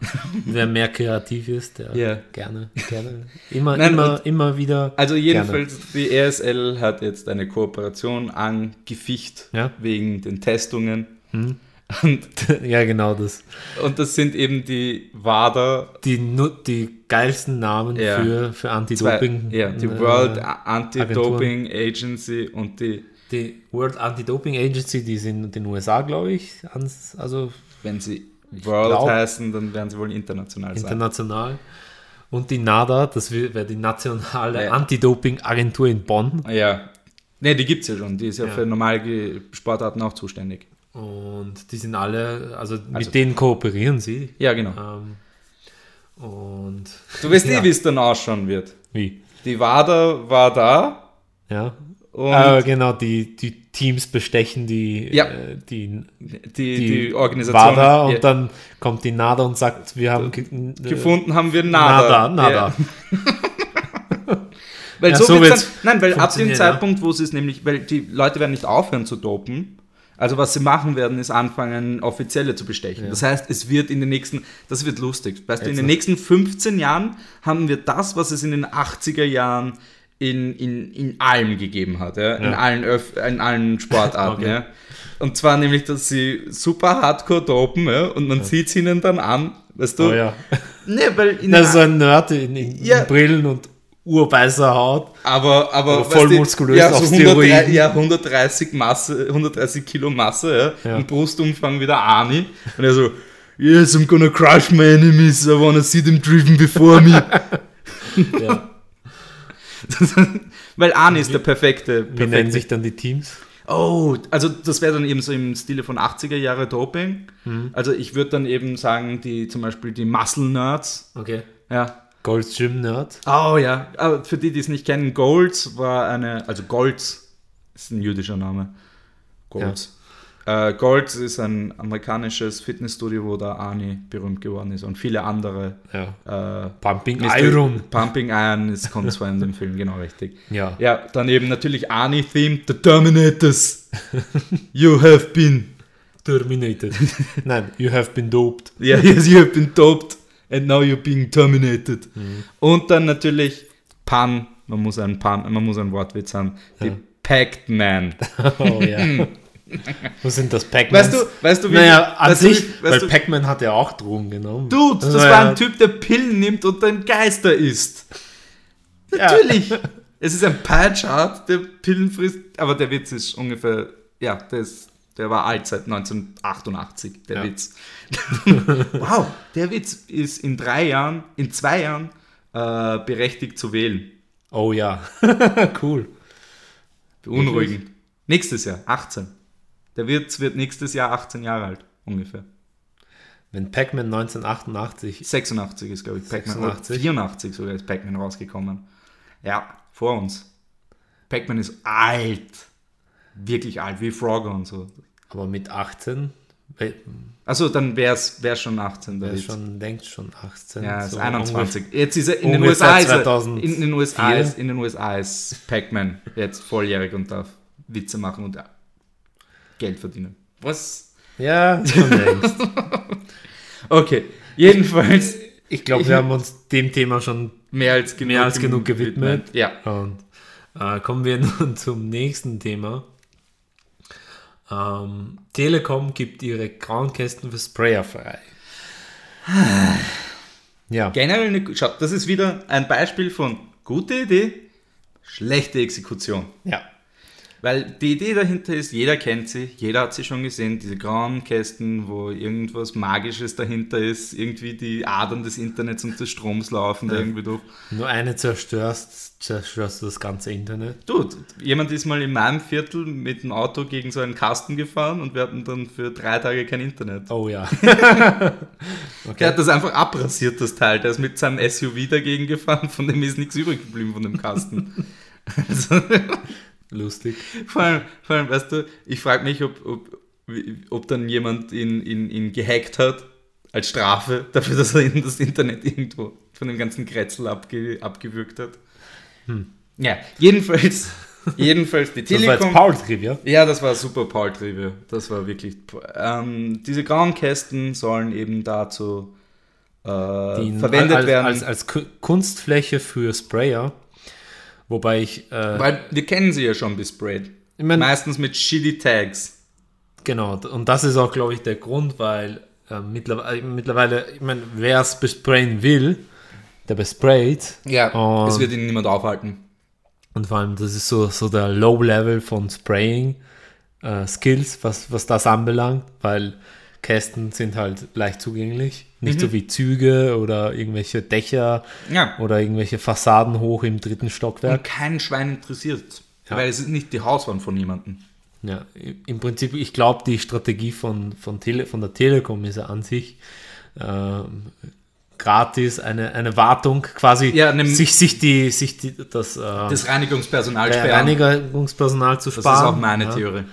Speaker 1: wer mehr kreativ ist, der
Speaker 3: Ja.
Speaker 1: gerne, gerne. Immer,
Speaker 3: Nein,
Speaker 1: immer, immer wieder.
Speaker 3: Also
Speaker 1: Gerne.
Speaker 3: jedenfalls, die ESL hat jetzt eine Kooperation angeficht
Speaker 1: Ja. Hm.
Speaker 3: wegen den Testungen. Und,
Speaker 1: ja, genau das.
Speaker 3: und das sind eben die WADA,
Speaker 1: Die, nu- die geilsten Namen
Speaker 3: Ja.
Speaker 1: für, für
Speaker 3: zwei,
Speaker 1: Anti-Doping.
Speaker 3: ja, die
Speaker 1: äh,
Speaker 3: World Anti-Doping Agency und die
Speaker 1: die World Anti-Doping Agency, die ist in den USA, glaube ich, ans, also
Speaker 3: Wenn sie World
Speaker 1: glaub-
Speaker 3: heißen, dann werden sie wohl international sein.
Speaker 1: international. Und die NADA, das wär- wäre die nationale
Speaker 3: Ja.
Speaker 1: Anti-Doping-Agentur in Bonn.
Speaker 3: ja. Ne, die gibt es ja schon. Die ist ja,
Speaker 1: Ja.
Speaker 3: für normale Ge- Sportarten auch zuständig.
Speaker 1: Und die sind alle, also,
Speaker 3: Also-
Speaker 1: mit denen kooperieren sie.
Speaker 3: Ja, genau.
Speaker 1: Ähm, und
Speaker 3: Du weißt
Speaker 1: Ja.
Speaker 3: eh, wie es dann ausschauen wird.
Speaker 1: wie?
Speaker 3: Die WADA war da
Speaker 1: Ja.
Speaker 3: und
Speaker 1: Ah, genau, die, die Teams bestechen die,
Speaker 3: Ja.
Speaker 1: äh, die,
Speaker 3: die, die, Organisation.
Speaker 1: WADA und
Speaker 3: Ja.
Speaker 1: dann kommt die NADA und sagt, wir haben ge äh,
Speaker 3: Äh, gefunden haben wir
Speaker 1: Nada,
Speaker 3: Nada.
Speaker 1: Nada.
Speaker 3: Ja. Weil
Speaker 1: Ja,
Speaker 3: so
Speaker 1: so
Speaker 3: wird's
Speaker 1: wird's
Speaker 3: dann, nein, weil ab dem
Speaker 1: funktionieren,
Speaker 3: Zeitpunkt, wo sie es nämlich, weil die Leute werden nicht aufhören zu dopen. Also was sie machen werden, ist anfangen, offizielle zu bestechen. Das heißt, es wird in den nächsten, das wird lustig. Weißt du, in den nächsten 15 Jahren haben wir das, was es in den 80er Jahren in, in, in allem gegeben hat, ja? In,
Speaker 1: Ja.
Speaker 3: allen Öff, in allen Sportarten.
Speaker 1: Okay.
Speaker 3: ja? Und zwar nämlich, dass sie super hardcore dopen ja? und man sieht's ihnen dann an, weißt du?
Speaker 1: Oh, ja.
Speaker 3: Nee, weil in
Speaker 1: Das ist so ein Nerd in, in,
Speaker 3: Ja.
Speaker 1: in Brillen und urweißer Haut.
Speaker 3: Aber, aber,
Speaker 1: Aber
Speaker 3: weißt
Speaker 1: Also voll
Speaker 3: du,
Speaker 1: muskulös
Speaker 3: ja,
Speaker 1: auf
Speaker 3: so 103,
Speaker 1: Steroiden.
Speaker 3: ja, 130 Masse, 130 Kilo Masse, ja,
Speaker 1: Ja.
Speaker 3: und Brustumfang wie der Arnie. Und er so, yes, I'm gonna crush my enemies, I wanna see them driven before me.
Speaker 1: Ja.
Speaker 3: Weil Arnie ist der perfekte,
Speaker 1: Wie nennen
Speaker 3: perfekte.
Speaker 1: sich dann die Teams?
Speaker 3: Oh, also das wäre dann eben so im Stile von 80er Jahre Doping.
Speaker 1: Mhm.
Speaker 3: Also ich würde dann eben sagen, die zum Beispiel die Muscle Nerds,
Speaker 1: Okay.
Speaker 3: ja,
Speaker 1: Gold's Gym Nerd.
Speaker 3: Oh ja, aber für die, die es nicht kennen, Golds war eine, also Golds ist ein jüdischer Name. Golds. Äh, Golds ist ein amerikanisches Fitnessstudio, wo der Arnie berühmt geworden ist und viele andere.
Speaker 1: Ja.
Speaker 3: Äh,
Speaker 1: Pumping
Speaker 3: Mr.
Speaker 1: Iron.
Speaker 3: Pumping Iron ist, kommt zwar in dem Film, genau richtig.
Speaker 1: Ja.
Speaker 3: Ja, dann eben natürlich Arnie-themed The Terminators. You have been.
Speaker 1: Terminated. Nein, you have been doped.
Speaker 3: Ja, yes, you have been doped and now you're being terminated. Und dann natürlich Pan, man muss einen Pan, man muss einen Wortwitz haben. Die Pac-Man.
Speaker 1: Oh ja. Was sind das Pac-Man?
Speaker 3: Weißt du, weißt du, wie-
Speaker 1: Naja, an
Speaker 3: weißt du,
Speaker 1: sich,
Speaker 3: wie- weißt
Speaker 1: weil
Speaker 3: du-
Speaker 1: Pac-Man hat ja auch Drogen genommen.
Speaker 3: Dude, das
Speaker 1: Also,
Speaker 3: war
Speaker 1: ja,
Speaker 3: ein Typ, der Pillen nimmt und ein Geister isst. Natürlich. Es ist ein Pie-Chart, der Pillen frisst, aber der Witz ist ungefähr, ja, der, ist, der war alt seit 1988, der
Speaker 1: Ja.
Speaker 3: Witz. wow, der Witz ist in drei Jahren, in zwei Jahren äh, berechtigt zu wählen.
Speaker 1: Oh ja. cool.
Speaker 3: Beunruhigend. Nächstes Jahr, 18. Der Witz wird nächstes Jahr 18 Jahre alt, ungefähr.
Speaker 1: Wenn Pac-Man 1988
Speaker 3: 86 ist, glaube ich, Pac-Man. oder
Speaker 1: 86.
Speaker 3: 84 sogar ist Pac-Man rausgekommen. Ja, vor uns. Pac-Man ist alt. Wirklich alt, wie Frogger und so.
Speaker 1: Aber mit 18, we-
Speaker 3: Also dann wäre es wär's schon 18.
Speaker 1: wer
Speaker 3: Witz.
Speaker 1: schon denkt schon 18.
Speaker 3: ja, ist
Speaker 1: so
Speaker 3: 21. Jetzt ist er in den
Speaker 1: ungefähr
Speaker 3: USA. Ist er,
Speaker 1: 2004.
Speaker 3: in, den USA ist, in den USA ist Pac-Man jetzt volljährig und darf Witze machen und Geld verdienen. Was?
Speaker 1: ungefähr. Ja, schon längst.
Speaker 3: Okay, jedenfalls
Speaker 1: Ich glaube, wir haben uns dem Thema schon
Speaker 3: mehr als genug,
Speaker 1: Mehr als genug gewidmet.
Speaker 3: Ja.
Speaker 1: Und äh, kommen wir nun zum nächsten Thema. Ähm, Telekom gibt ihre Krankästen für Sprayer frei. Ja,
Speaker 3: generell eine, gu- schau, das ist wieder ein Beispiel von gute Idee, schlechte Exekution.
Speaker 1: ja,
Speaker 3: Weil die Idee dahinter ist, jeder kennt sie, jeder hat sie schon gesehen, diese grauen Kästen, wo irgendwas Magisches dahinter ist, irgendwie die Adern des Internets und des Stroms laufen da irgendwie durch.
Speaker 1: Wenn du eine zerstörst, zerstörst du das ganze Internet.
Speaker 3: Dude, jemand ist mal in meinem Viertel mit dem Auto gegen so einen Kasten gefahren und wir hatten dann für drei Tage kein Internet.
Speaker 1: Oh ja.
Speaker 3: Der hat das einfach abrasiert, das Teil. Der ist mit seinem SUV dagegen gefahren, von dem ist nichts übrig geblieben von dem Kasten. also,
Speaker 1: Lustig.
Speaker 3: Vor allem, vor allem weißt du, ich frage mich, ob, ob, wie- ob dann jemand ihn, ihn, ihn gehackt hat als Strafe dafür, dass er in das Internet irgendwo von dem ganzen Kretzel abge, abgewürgt hat. Ja, jedenfalls, jedenfalls die
Speaker 1: Das war Hm. jetzt
Speaker 3: Telekom.
Speaker 1: Paul Trivia.
Speaker 3: Ja, das war super Paul Triebe. Das war wirklich. Ähm, diese grauen Kästen sollen eben dazu äh,
Speaker 1: die
Speaker 3: verwendet
Speaker 1: als,
Speaker 3: werden.
Speaker 1: Als, äh, als Ku- Kunstfläche für Sprayer. Wobei ich, äh,
Speaker 3: weil wir kennen sie ja schon bis Braid.
Speaker 1: ich mein,
Speaker 3: Meistens mit shitty Tags.
Speaker 1: Genau, d- und das ist auch, glaube ich, der Grund, weil äh, mittlerweile, äh, mittlerweile, ich meine, wer es besprayen will, der besprayt.
Speaker 3: Ja,
Speaker 1: Und-
Speaker 3: es wird ihn niemand aufhalten.
Speaker 1: Und vor allem, das ist so, so der Low-Level von Spraying-Skills, was, was das anbelangt, weil Kästen sind halt leicht zugänglich. Nicht so wie Züge oder irgendwelche Dächer
Speaker 3: Mhm. Ja.
Speaker 1: oder irgendwelche Fassaden hoch im dritten Stockwerk.
Speaker 3: Und kein Schwein interessiert.
Speaker 1: Ja.
Speaker 3: Weil es ist nicht die Hauswand von jemandem.
Speaker 1: Ja, i- im Prinzip, ich glaube, die Strategie von, von, Tele, von der Telekom ist ja an sich ähm, gratis eine, eine Wartung, quasi
Speaker 3: Ja, eine-
Speaker 1: sich, sich, die, sich die, das, äh,
Speaker 3: Das Reinigungspersonal
Speaker 1: der
Speaker 3: sperren.
Speaker 1: Reinigungspersonal zu
Speaker 3: das
Speaker 1: sparen.
Speaker 3: ist auch meine
Speaker 1: ja.
Speaker 3: Theorie.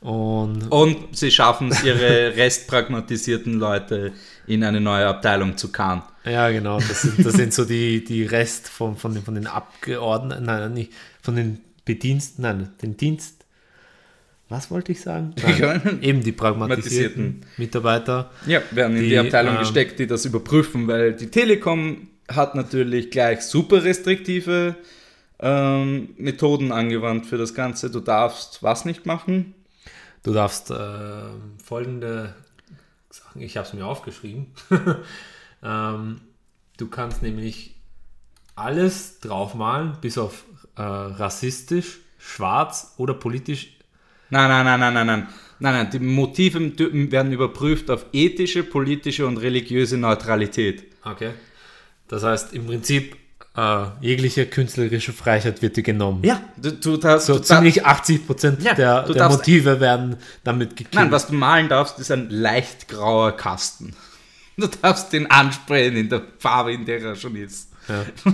Speaker 1: Und
Speaker 3: Und sie schaffen es, ihre restpragmatisierten Leute in eine neue Abteilung zu karren.
Speaker 1: ja, genau, das sind, das sind so die, die Rest von, von, den, von den Abgeordneten, nein, nicht, von den Bediensten, nein, den Dienst. Was wollte ich sagen? Nein, eben die pragmatisierten Mitarbeiter.
Speaker 3: Ja, werden in
Speaker 1: Die,
Speaker 3: die, Abteilung
Speaker 1: ähm,
Speaker 3: gesteckt, die das überprüfen, weil die Telekom hat natürlich gleich super restriktive ähm, Methoden angewandt für das Ganze. Du darfst was nicht machen.
Speaker 1: Du darfst ähm, folgende Sachen, ich habe es mir aufgeschrieben. ähm, du kannst nämlich alles draufmalen, bis auf äh, rassistisch, schwarz oder politisch.
Speaker 3: Nein, nein, nein, nein, nein, nein. Nein, nein, die Motive dür- werden überprüft auf ethische, politische und religiöse Neutralität.
Speaker 1: Okay. Das heißt, im Prinzip äh, jegliche künstlerische Freiheit wird dir genommen.
Speaker 3: Ja, du, du darfst...
Speaker 1: So
Speaker 3: du darfst-
Speaker 1: ziemlich 80 Prozent
Speaker 3: Ja,
Speaker 1: der,
Speaker 3: du
Speaker 1: der
Speaker 3: darfst-
Speaker 1: Motive werden damit gekillt.
Speaker 3: Nein, was du malen darfst, ist ein leicht grauer Kasten. Du darfst den ansprayen in der Farbe, in der er schon ist.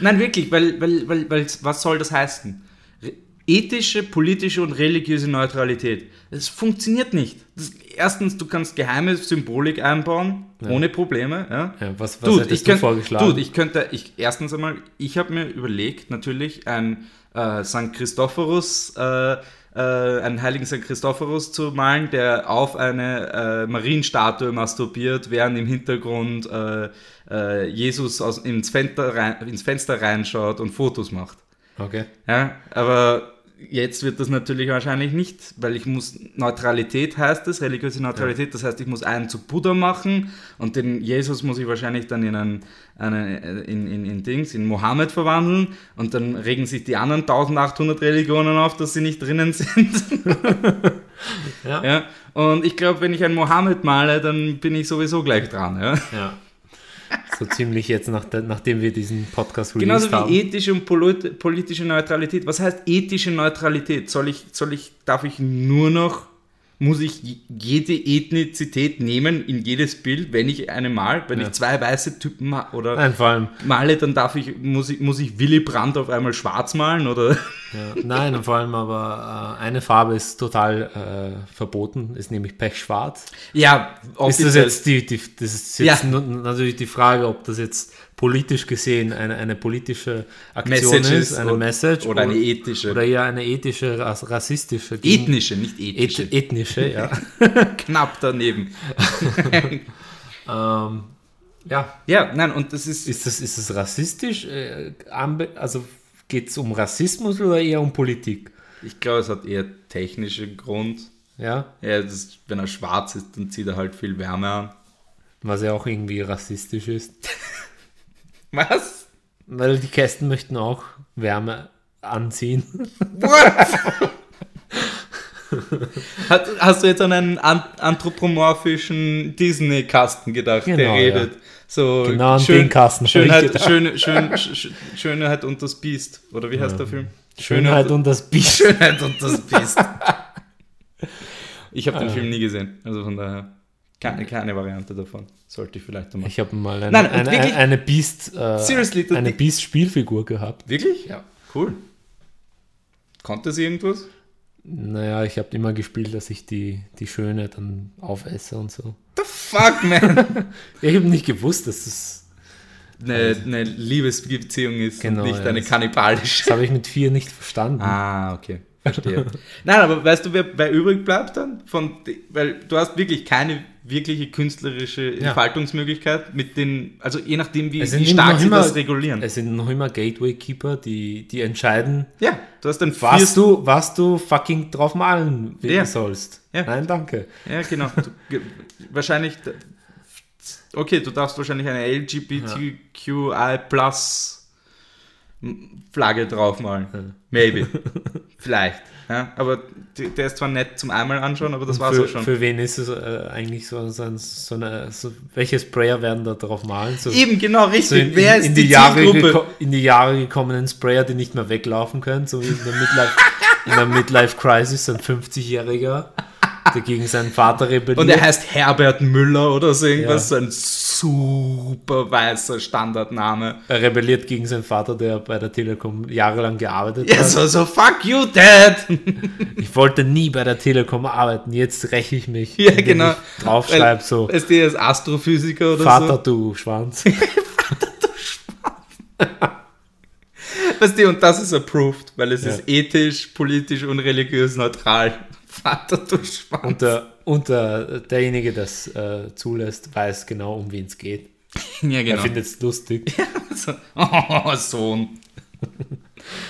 Speaker 3: Nein, wirklich, weil, weil, weil, weil was soll das heißen? Re- Ethische, politische und religiöse Neutralität. Es funktioniert nicht. Das, erstens, du kannst geheime Symbolik einbauen, ohne Probleme. Ja?
Speaker 1: Ja, was- was
Speaker 3: Dude,
Speaker 1: hättest
Speaker 3: ich
Speaker 1: du
Speaker 3: könnt-
Speaker 1: vorgeschlagen?
Speaker 3: Dude, ich könnte, ich, erstens einmal, ich habe mir überlegt, natürlich ein äh, St. Christophorus, äh, äh, einen heiligen St. Christophorus zu malen, der auf eine äh, Marienstatue masturbiert, während im Hintergrund äh, äh, Jesus aus, ins, Fenster rein, ins Fenster reinschaut und Fotos macht.
Speaker 1: Okay.
Speaker 3: Ja, aber jetzt wird das natürlich wahrscheinlich nicht, weil ich muss Neutralität heißt es, religiöse Neutralität, das heißt, ich muss einen zu Buddha machen und den Jesus muss ich wahrscheinlich dann in einen, einen in, in, in Dings, in Mohammed verwandeln und dann regen sich die anderen 1800 Religionen auf, dass sie nicht drinnen sind.
Speaker 1: Ja.
Speaker 3: ja, und ich glaube, wenn ich einen Mohammed male, dann bin ich sowieso gleich dran, ja.
Speaker 1: Ja. So ziemlich jetzt, nach der, nachdem wir diesen Podcast
Speaker 3: Genauso
Speaker 1: released haben.
Speaker 3: wie eh. ethische und polit- politische Neutralität. Was heißt ethische Neutralität? Soll ich, soll ich, darf ich nur noch, muss ich j- jede Ethnizität nehmen in jedes Bild, wenn ich eine mal, wenn
Speaker 1: Ja.
Speaker 3: ich zwei weiße Typen ma oder
Speaker 1: Nein, vor allem,
Speaker 3: male, dann darf ich, muss ich, muss ich Willy Brandt auf einmal schwarz malen oder?
Speaker 1: ja, nein, und vor allem aber äh, eine Farbe ist total äh, verboten, ist nämlich Pechschwarz.
Speaker 3: Ja,
Speaker 1: Ist das jetzt die, die das ist jetzt
Speaker 3: Ja.
Speaker 1: nu- natürlich die Frage, ob das jetzt politisch gesehen eine, eine politische Aktion
Speaker 3: Message
Speaker 1: ist,
Speaker 3: ist
Speaker 1: eine
Speaker 3: oder-
Speaker 1: Message
Speaker 3: oder eine ethische.
Speaker 1: oder eher eine ethische, ras- rassistische, gegen-
Speaker 3: ethnische, nicht
Speaker 1: eth
Speaker 3: ethische.
Speaker 1: ethnische, ja.
Speaker 3: Knapp daneben.
Speaker 1: ähm, ja,
Speaker 3: ja, nein, und das ist,
Speaker 1: ist das ist das rassistisch? Äh, anbe- also geht es um Rassismus oder eher um Politik?
Speaker 3: ich glaube, es hat eher technischen Grund.
Speaker 1: Ja,
Speaker 3: Ja, das, wenn er schwarz ist, dann zieht er halt viel Wärme an.
Speaker 1: was ja auch irgendwie rassistisch ist.
Speaker 3: Was?
Speaker 1: Weil die Kästen möchten auch Wärme anziehen.
Speaker 3: Hat, hast du jetzt an einen an anthropomorphischen Disney-Kasten gedacht, der
Speaker 1: Genau, ja.
Speaker 3: redet? So
Speaker 1: Genau an den Kasten hab ich
Speaker 3: Schönheit,
Speaker 1: gedacht.
Speaker 3: schön, schön, sch, Schönheit und das Biest. Oder wie heißt der Film?
Speaker 1: Schönheit Halt und das Biest.
Speaker 3: Schönheit und das Biest. ich habe
Speaker 1: Ah.
Speaker 3: den Film nie gesehen. Also von daher keine, keine Variante davon. Sollte ich vielleicht mal.
Speaker 1: Ich habe mal eine,
Speaker 3: Nein, und
Speaker 1: eine,
Speaker 3: wirklich-
Speaker 1: eine, eine Beast, äh,
Speaker 3: Seriously, das-
Speaker 1: eine Beast Spielfigur gehabt.
Speaker 3: Wirklich? Ja. Cool. Konnte sie irgendwas?
Speaker 1: Naja, ich habe immer gespielt, dass ich die, die Schöne dann aufesse und so.
Speaker 3: Fuck, man.
Speaker 1: Ich habe nicht gewusst, dass das.
Speaker 3: eine, eine Liebesbeziehung ist
Speaker 1: Genau,
Speaker 3: und nicht
Speaker 1: ja,
Speaker 3: eine
Speaker 1: das-
Speaker 3: kannibalische.
Speaker 1: Das habe ich mit vier nicht verstanden.
Speaker 3: Ah, okay. Verstehe. Nein, aber weißt du, wer, wer übrig bleibt dann? Von, de- weil du hast wirklich keine wirkliche künstlerische Entfaltungsmöglichkeit mit den, also je nachdem, wie,
Speaker 1: Es sind
Speaker 3: wie stark
Speaker 1: noch
Speaker 3: sie
Speaker 1: immer-
Speaker 3: das regulieren.
Speaker 1: Es sind noch immer Gateway-Keeper, die, die entscheiden,
Speaker 3: ja, du hast dann
Speaker 1: was du, was du fucking drauf malen
Speaker 3: Ja.
Speaker 1: sollst.
Speaker 3: Ja.
Speaker 1: Nein, danke.
Speaker 3: Ja, genau. Du, ge- wahrscheinlich, okay, du darfst wahrscheinlich eine LGBTQI+, Flagge draufmalen. Maybe. Vielleicht. Ja? Aber die- der ist zwar nett zum einmal anschauen, aber das war
Speaker 1: für,
Speaker 3: so schon.
Speaker 1: für wen ist es äh, eigentlich so, so, ein- so eine, so, welche Sprayer werden da drauf malen? So,
Speaker 3: Eben, genau, richtig.
Speaker 1: so in,
Speaker 3: Wer
Speaker 1: in,
Speaker 3: ist
Speaker 1: in,
Speaker 3: die,
Speaker 1: die Jahre
Speaker 3: Zielgruppe?
Speaker 1: geko- in die Jahre gekommenen Sprayer, die nicht mehr weglaufen können, so wie in der Midlife, in der Midlife Crisis, ein 50-Jähriger, der gegen seinen Vater rebelliert.
Speaker 3: Und er heißt Herbert Müller oder so irgendwas.
Speaker 1: Ja.
Speaker 3: So ein super weißer Standardname.
Speaker 1: Er äh, rebelliert gegen seinen Vater, der bei der Telekom jahrelang gearbeitet
Speaker 3: Ja,
Speaker 1: hat.
Speaker 3: so, so, fuck you, Dad!
Speaker 1: Ich wollte nie bei der Telekom arbeiten, jetzt räche ich mich.
Speaker 3: Ja,
Speaker 1: indem
Speaker 3: genau.
Speaker 1: Ich draufschreib
Speaker 3: Weil,
Speaker 1: so,
Speaker 3: Weißt du, er ist Astrophysiker oder
Speaker 1: Vater, du Schwanz.
Speaker 3: so. Weißt du, und das ist approved, weil es
Speaker 1: Ja.
Speaker 3: ist ethisch, politisch und religiös neutral. Vater, du Schwanz.
Speaker 1: Und äh, der, und der, derjenige, der es äh, zulässt, weiß genau, um wen es geht.
Speaker 3: ja,
Speaker 1: Er findet es lustig.
Speaker 3: So, oh, Sohn.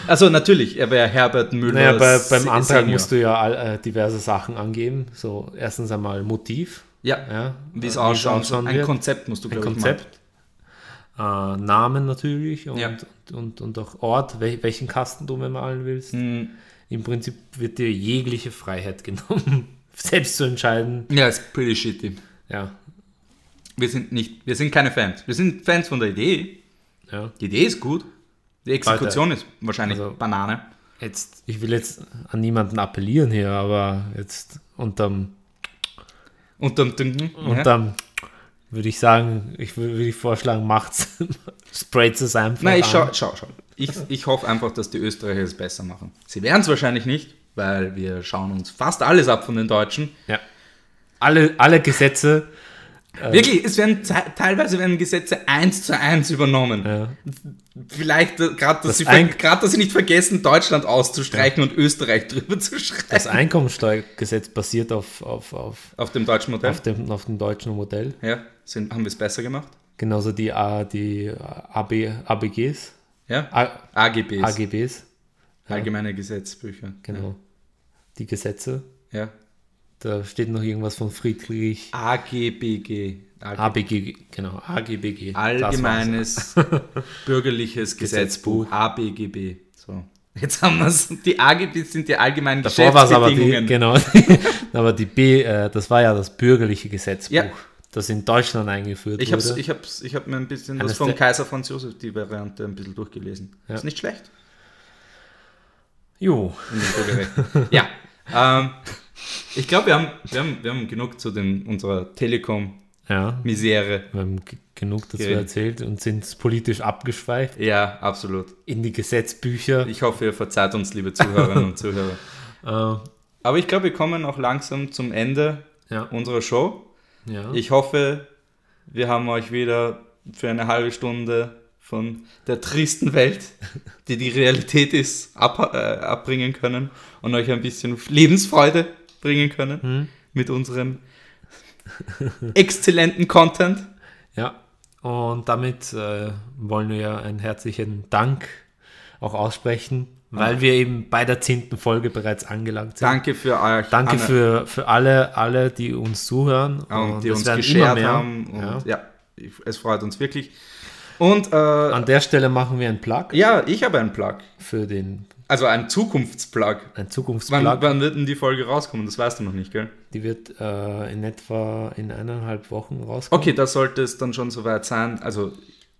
Speaker 3: Also natürlich, er wäre Herbert Müller.
Speaker 1: Naja, bei, beim
Speaker 3: Se-
Speaker 1: Antrag
Speaker 3: Senior.
Speaker 1: musst du ja all, äh, diverse Sachen angeben. So, erstens einmal Motiv,
Speaker 3: Ja,
Speaker 1: ja,
Speaker 3: wie
Speaker 1: äh,
Speaker 3: es ausschaut.
Speaker 1: ausschauen
Speaker 3: Ein
Speaker 1: wird.
Speaker 3: Konzept musst du,
Speaker 1: ein
Speaker 3: glaub ich,
Speaker 1: Konzept, äh, Namen natürlich und,
Speaker 3: Ja.
Speaker 1: und, und, und auch Ort, wel, welchen Kasten du mir malen willst.
Speaker 3: machen.
Speaker 1: Im Prinzip wird dir jegliche Freiheit genommen, selbst zu entscheiden.
Speaker 3: Hm, Ja, ist pretty shitty.
Speaker 1: Ja,
Speaker 3: Wir sind nicht, wir sind keine Fans. Wir sind Fans von der Idee.
Speaker 1: ja.
Speaker 3: Die Idee ist gut. Die Exekution ist wahrscheinlich
Speaker 1: Also-
Speaker 3: Banane.
Speaker 1: Jetzt, ich will jetzt an niemanden appellieren hier, aber jetzt unterm,
Speaker 3: Und dann, dann, ja.
Speaker 1: unterm würde ich sagen, ich wür- würde ich vorschlagen, macht's. Sprayt es einfach.
Speaker 3: Nein, ich
Speaker 1: an.
Speaker 3: schau, schau, schau. Ich, ich hoffe einfach, dass die Österreicher es besser machen. Sie werden es wahrscheinlich nicht, weil wir schauen uns fast alles ab von den Deutschen.
Speaker 1: Ja. Alle, alle Gesetze Ähm.
Speaker 3: Wirklich, es werden te- teilweise werden Gesetze eins zu eins übernommen.
Speaker 1: Ja.
Speaker 3: Vielleicht äh, gerade, dass,
Speaker 1: Das
Speaker 3: sie ver-
Speaker 1: ein-
Speaker 3: gerade, dass sie nicht vergessen, Deutschland auszustreichen und Österreich drüber zu schreiben.
Speaker 1: Das Einkommensteuergesetz basiert auf, auf, auf,
Speaker 3: Auf dem deutschen Modell.
Speaker 1: auf, dem, auf dem deutschen Modell.
Speaker 3: Ja, sind, haben wir es besser gemacht?
Speaker 1: Genauso die, A- die äh, AB, ABGs,
Speaker 3: Ja.
Speaker 1: A,
Speaker 3: AGBs,
Speaker 1: AGBs,
Speaker 3: allgemeine Gesetzbücher.
Speaker 1: genau. Die Gesetze.
Speaker 3: Ja.
Speaker 1: Da steht noch irgendwas von Friedrich
Speaker 3: AGBG. AG,
Speaker 1: ABG, genau, AGBG. Das war's.
Speaker 3: Allgemeines bürgerliches Gesetzbuch. ABGB. So. Jetzt haben wir es. Die AGBs sind die allgemeinen
Speaker 1: Davor war es aber die,
Speaker 3: Geschäftsbedingungen.
Speaker 1: genau, aber die B, äh, das war ja das bürgerliche Gesetzbuch,
Speaker 3: Ja.
Speaker 1: das in Deutschland eingeführt
Speaker 3: Ich habe
Speaker 1: wurde.
Speaker 3: ich hab's, ich hab mir ein bisschen
Speaker 1: Eines
Speaker 3: was vom
Speaker 1: der-
Speaker 3: Kaiser Franz Josef, die Variante, ein bisschen durchgelesen.
Speaker 1: Ja.
Speaker 3: Ist nicht schlecht.
Speaker 1: jo,
Speaker 3: in dem Bürgerrecht. ja. Ähm, ich glaube, wir haben, wir, haben, wir haben genug zu den, unserer Telekom-Misere.
Speaker 1: ja, wir haben g- genug dazu
Speaker 3: Geredet.
Speaker 1: erzählt und sind politisch abgeschweift.
Speaker 3: Ja, absolut.
Speaker 1: in die Gesetzbücher.
Speaker 3: Ich hoffe, ihr verzeiht uns, liebe Zuhörerinnen und Zuhörer.
Speaker 1: äh,
Speaker 3: Aber ich glaube, wir kommen auch langsam zum Ende
Speaker 1: ja,
Speaker 3: unserer Show.
Speaker 1: ja.
Speaker 3: Ich hoffe, wir haben euch wieder für eine halbe Stunde von der tristen Welt, die die Realität ist, ab, äh, abbringen können und euch ein bisschen Lebensfreude bringen können
Speaker 1: Hm.
Speaker 3: mit unserem exzellenten Content.
Speaker 1: ja. Und damit äh, wollen wir ja einen herzlichen Dank auch aussprechen,
Speaker 3: Ah.
Speaker 1: weil wir eben bei der zehnten Folge bereits angelangt sind.
Speaker 3: Danke für euch.
Speaker 1: Danke
Speaker 3: Anna,
Speaker 1: für, für alle, alle, die uns zuhören
Speaker 3: und die
Speaker 1: es
Speaker 3: uns
Speaker 1: werden immer
Speaker 3: geshared
Speaker 1: mehr.
Speaker 3: haben. Und
Speaker 1: ja.
Speaker 3: ja. ich- es freut uns wirklich. Und äh,
Speaker 1: An der Stelle machen wir einen Plug
Speaker 3: ja, ich habe einen Plug.
Speaker 1: für den
Speaker 3: Also einen Zukunftsplug.
Speaker 1: einen
Speaker 3: Wann,
Speaker 1: Zukunftsplug.
Speaker 3: wann wird denn die Folge rauskommen? Das weißt du noch nicht, gell?
Speaker 1: Die wird äh, in etwa in eineinhalb Wochen rauskommen.
Speaker 3: Okay, da sollte es dann schon soweit sein. Also,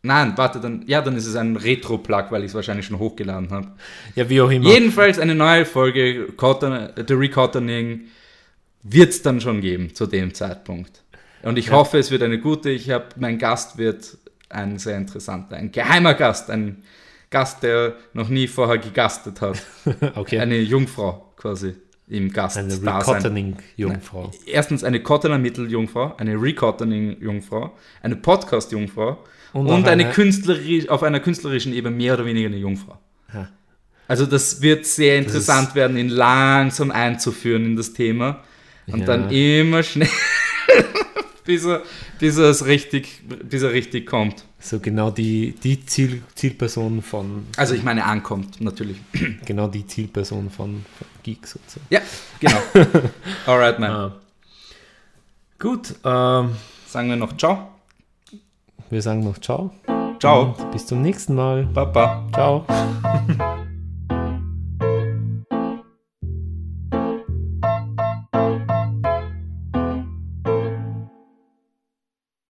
Speaker 3: nein, warte, dann, ja, dann ist es ein Retro-Plug, weil ich es wahrscheinlich schon hochgeladen habe.
Speaker 1: Ja, wie auch immer.
Speaker 3: Jedenfalls eine neue Folge Cotton, The Recottoning wird es dann schon geben zu dem Zeitpunkt. Und ich hoffe, es wird eine gute. Ich habe, mein Gast wird ein sehr interessanter, ein geheimer Gast, ein Gast, der noch nie vorher gegastet hat.
Speaker 1: okay. Eine,
Speaker 3: Eine Jungfrau quasi im Gast.
Speaker 1: Recottening-Jungfrau.
Speaker 3: Erstens eine Cottoner Mitteljungfrau, eine Recottoning-Jungfrau, eine Podcast-Jungfrau
Speaker 1: Und
Speaker 3: und,
Speaker 1: noch
Speaker 3: eine,
Speaker 1: eine-
Speaker 3: künstlerisch, auf einer künstlerischen Ebene mehr oder weniger eine Jungfrau.
Speaker 1: Ja.
Speaker 3: Also das wird sehr interessant werden, ihn langsam einzuführen in das Thema und
Speaker 1: Ja.
Speaker 3: dann immer schnell, bis, er, bis, er es richtig, bis er richtig kommt.
Speaker 1: So genau die, die Ziel, Zielperson von,
Speaker 3: Also ich meine ankommt, natürlich.
Speaker 1: genau die Zielperson von, von Geeks und so.
Speaker 3: Ja, genau. Alright, man.
Speaker 1: Ah. Gut, ähm,
Speaker 3: Sagen wir noch Ciao.
Speaker 1: wir sagen noch Ciao.
Speaker 3: Ciao.
Speaker 1: Bis zum nächsten Mal.
Speaker 3: Baba.
Speaker 1: Ciao.